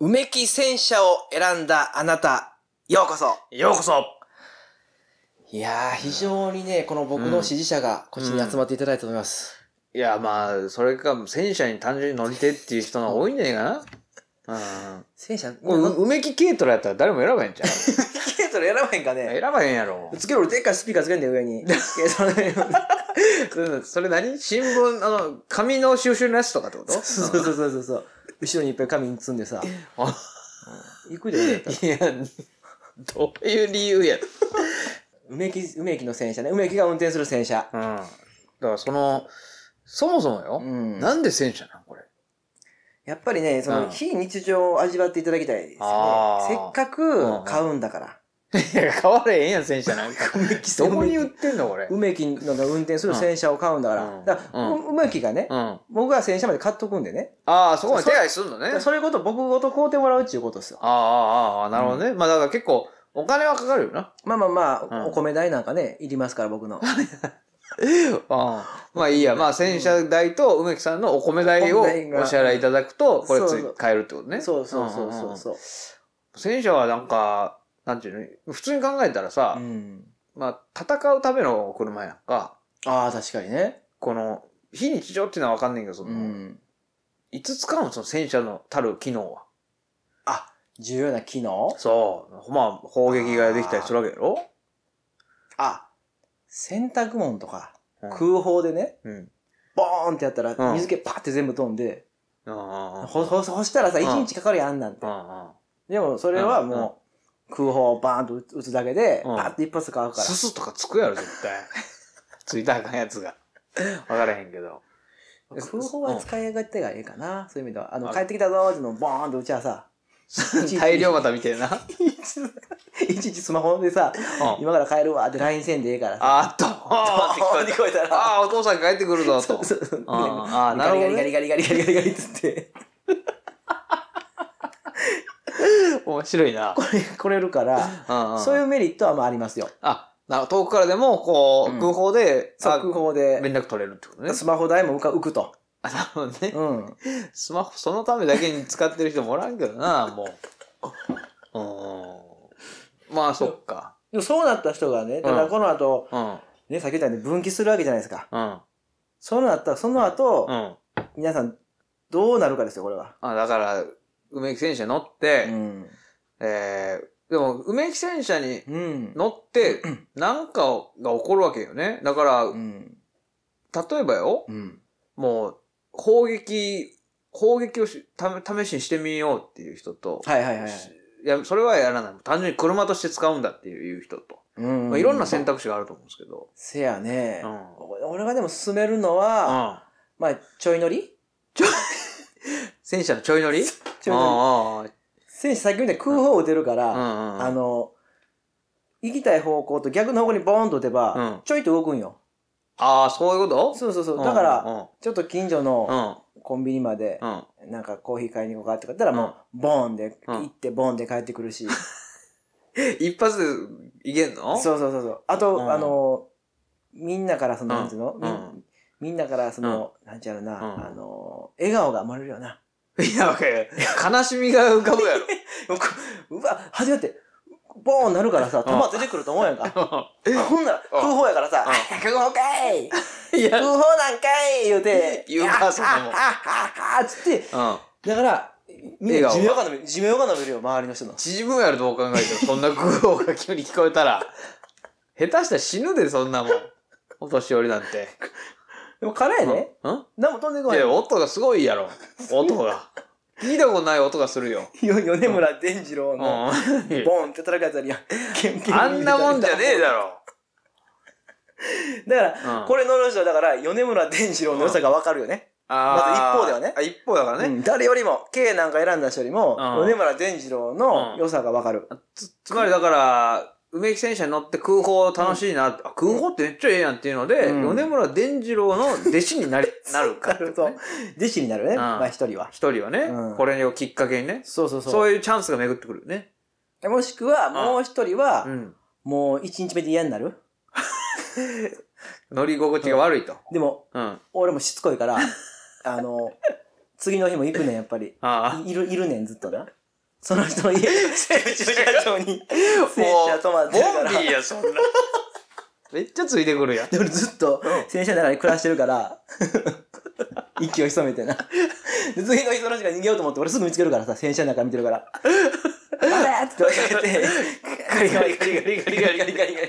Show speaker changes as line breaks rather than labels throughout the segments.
うめき戦車を選んだあなた、ようこそ
ようこそ
いやー、非常にね、この僕
う
の
ん
支持者がこっちに集まっていただいたと思います。
いや、まあ、それか、戦車に単純に乗りてっていう人が多いんじゃないか な。
戦車、
うん。も
う
う、うめき軽トラやったら誰も選ばへんじゃん。
ケートル選ばへんかね。
選ばへんやろ。
つけろ、でっかいスピーカーつけんだよ、上 に。
それそれ何新聞、あの、紙の収集のやつとかってこと
そうそうそうそうそう。後ろにいっぱい紙に積んでさ。
あ
行くで、
いや、どういう理由や。
梅木、梅木の戦車ね。梅木が運転する戦車。
うん。だからその、そもそもよ、
うん
なんで戦車なんこれ。
やっぱりね、その、
うん
非日常を味わっていただきたいですね。
あ
せ
ー
っかく買うんだ から。
いや、変われへんやん、戦車なんか。
梅木
どこに売ってんのこれ。
梅木の運転する戦車を買うんだから。
うん
だから、
う
梅木がね、
うん。あ
僕が戦車まで買っとくんでね。
あ、そこに手配すんの
だ
ね。あ
か
あ
らそれごと僕ごと買うてもらうっていうことですよ。
ああ、ああ、なるほどね。まあだから結構、お金はかかるよな。
まあまあまあ、
うん
お米代なんかね、いりますから僕の。
ああまあいいや。まあ戦車代と梅木さんのお米代を
お
お
米代が
支払いいただくと、これ
そうそ
つ
う
買えるってことね。
そうそうそうそうそう。
戦車はなんか、なんていうの普通に考えたらさ、
うん。
まあ戦うための車やんか、
ああ、確かにね。
この、非日常っていうのはわかんないけど、そうの、
ん。
いつ使うのその戦車のたる機能は。
あ、重要な機能
そう。まあ、砲撃ができたりするわけやろ
あ、洗濯物とか、
うん
空砲でね、
うん。
ボーンってやったら
うん
水気パって全部飛んで、
うんうんうん。
ほ、ほ、ほしたらさ、
うん
一日かかるやんあんなんて
う。んうん。
でもそれはもう、空砲をバーンと撃つ撃つだけで、
うん
パって一発買うから。
すすとかつくやろ、絶 対。ついたらあかんやつが。わからへんけど。
空砲は使い勝手がええかな、そういう意味では。あの、帰ってきたぞーっていうのをボーンと撃ちはさ、
大量股みたい な。うん
いちいちスマホでさ、今から帰るわって LINE せんでええからさ。
あーっと、
あ
あ
ーって聞こえたら。
あー、お父さん帰ってくるぞ、と。
そうそう
ああ、なるほど
ガリ
ね。
ガリガリガリガリガリガリっつって。
面白いな。。
来れるから、そういううメリットはまあありますよ。
あ、なる遠くからでも、こ
うん
う、空砲で、あ
速報で、
連絡取れるってことね。
スマホ代も浮か浮くと。
あ、なるほどね。
うん。
スマホ、そのためだけに使ってる人もおらんけど な、もう。うん。まあ、そっか。
でもそうなった人がね、ただこの後、
うん。
ね、さっき言ったように分岐するわけじゃないですか。
うん。
そうなった、その後、
うん。
皆さん、どうなるかですよ、これは。
あだから、梅木戦車乗っ
う
て、
ん。
えー、でも、梅木戦車に
うん。
乗って、なんかが起こるわけよね。だから、
うん。
例えばよ、
うん。
もう、砲撃、砲撃をし、た試しにしてみようっていう人と、
はいはいはいはい。
いや、それはやらない。単純に車として使うんだっていう人と。
うん
まあ、いろんな選。択肢があると思うんですけど。
せやね
う。ん。
お俺がでも勧めるのは、
うん。
まあ、ちょい乗り
戦車のちょい乗 り
ちょい乗り。
乗り。
選手さっきみたいに空砲を打てるか
うんう
ら、
んうん。
あの、行きたい方向と逆の方向にボーンと打て
う
ば
ん、
ちょいと動くんよ。
ああ、そういうこと
そうそうそう。だから、
う
ちょっと近所の
んうん。
コンビニまで、
うん。うん。
なんかコーヒー買いに行こうかとか言ったらもう、ボーンで、
うん
行ってボーンで帰ってくるし。
一発でいけんの
そうそうそうそう。あと、
うん
あの、みんなからその、なんていうの、
うん
み
うん
みんなからその、なんちゃうな、
うん
あの、笑顔が生まれるよな。
いや、わかる。悲しみが浮かぶやろ。
うわ、初めて、ボーンなるからさ、弾出てくると思うやんか。ほんなら、
うん
空砲やからさ、
うん
あ空砲か い
いや、
空
う
砲
ん。
なんかい言うて、
言うかそんなもん
あはははつって、だから、みんな寿命が伸びる、寿命が伸びるよ、周りの人の。
縮むやろ、どう考えても。そんな空砲が急に聞こえたら。下手したら死ぬで、そんなもん。お年寄りなんて。
でも、からやね、
うん
何も飛んでこ
い
ない。
や、音がすごいやろ。音が。聞いたことない音がするよ。
よ米村伝次郎
うん。
の、
あ
ボーンって叩かれたりやん。ケンケン
んなもんじゃねえだろ。
だから、
うん
これ乗る人はだから米村伝次郎の良さが分かるよね、
あー
まず一方ではね
あ、一方だからね。
うん誰よりも K なんか選んだ人よりも、
うん
米村伝次郎の良さが分かる、
つ、つまりだから、梅木戦車に乗って空砲楽しいな、あ空砲ってめっちゃええやんっていうので、
うん
米村伝次郎の弟子になり、なるか
な
って
る
こと
と
ね。
弟子になるね、
うん
まあ一人は
一人はね、
うん
これをきっかけにね、
そうそうそ
そうういうチャンスが巡ってくるよね。
もしくはもう一人は、
うん。
もう一日目で嫌になる
乗り心地が悪いと。
でも
うん。あ
俺もしつ こいからあの次の日も行くねんやっぱり
あ。
いいるいるねんずっとなその 人の家、
セル
駐車場に、戦車止まってるから。
ボンビーや、そんな。めっちゃついてくるやん。
で、俺ずっと
うん、
戦車の中に暮らしてるから、 息を潜めてな。で、次の日その時間逃げようと思って、俺すぐ見つけるからさ、戦車の中見てるから。あれって追いかけて、ガリガリガリガリガリガリガリガリガ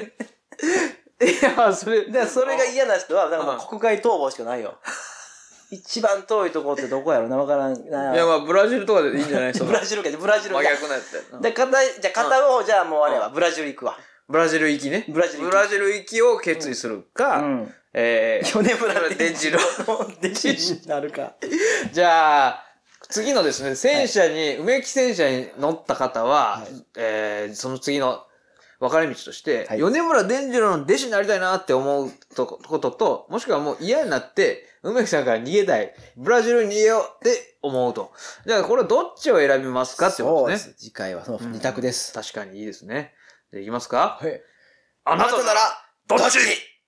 リ。
いや、それ、
で、それが嫌な人は、なんかも
うん
う国外逃亡しかないよ。一番遠いとこってどこやろな、わからんな。
いや、まあ、ブラジルとかでいいんじゃないそ
ブ
の
ラジルか、ブラジルか
真。逆なやつやな
で、片い、じゃあ片方、じゃあもうあれは、ブラジル行くわ。
ブラジル行きね。
ブラジル行き
ブラジル行きを決意するか、
うん。
えー、
米村
伝次郎
の弟子になる か。
じゃあ、次のですね、戦車に、梅木戦車に乗った方は、
はい
えーその次の分かれ道として、
はい
米村伝次郎の弟子になりたいなって思うとことと、もしくはもう嫌になって、梅木さんから逃げたい、ブラジルに逃げようって思うと。じゃあ、これどっちを選びますかってことですね。
ね。次回はその二択です。
確かにいいですね。じゃあ、いきますか
はい。
あなたなら、どっちに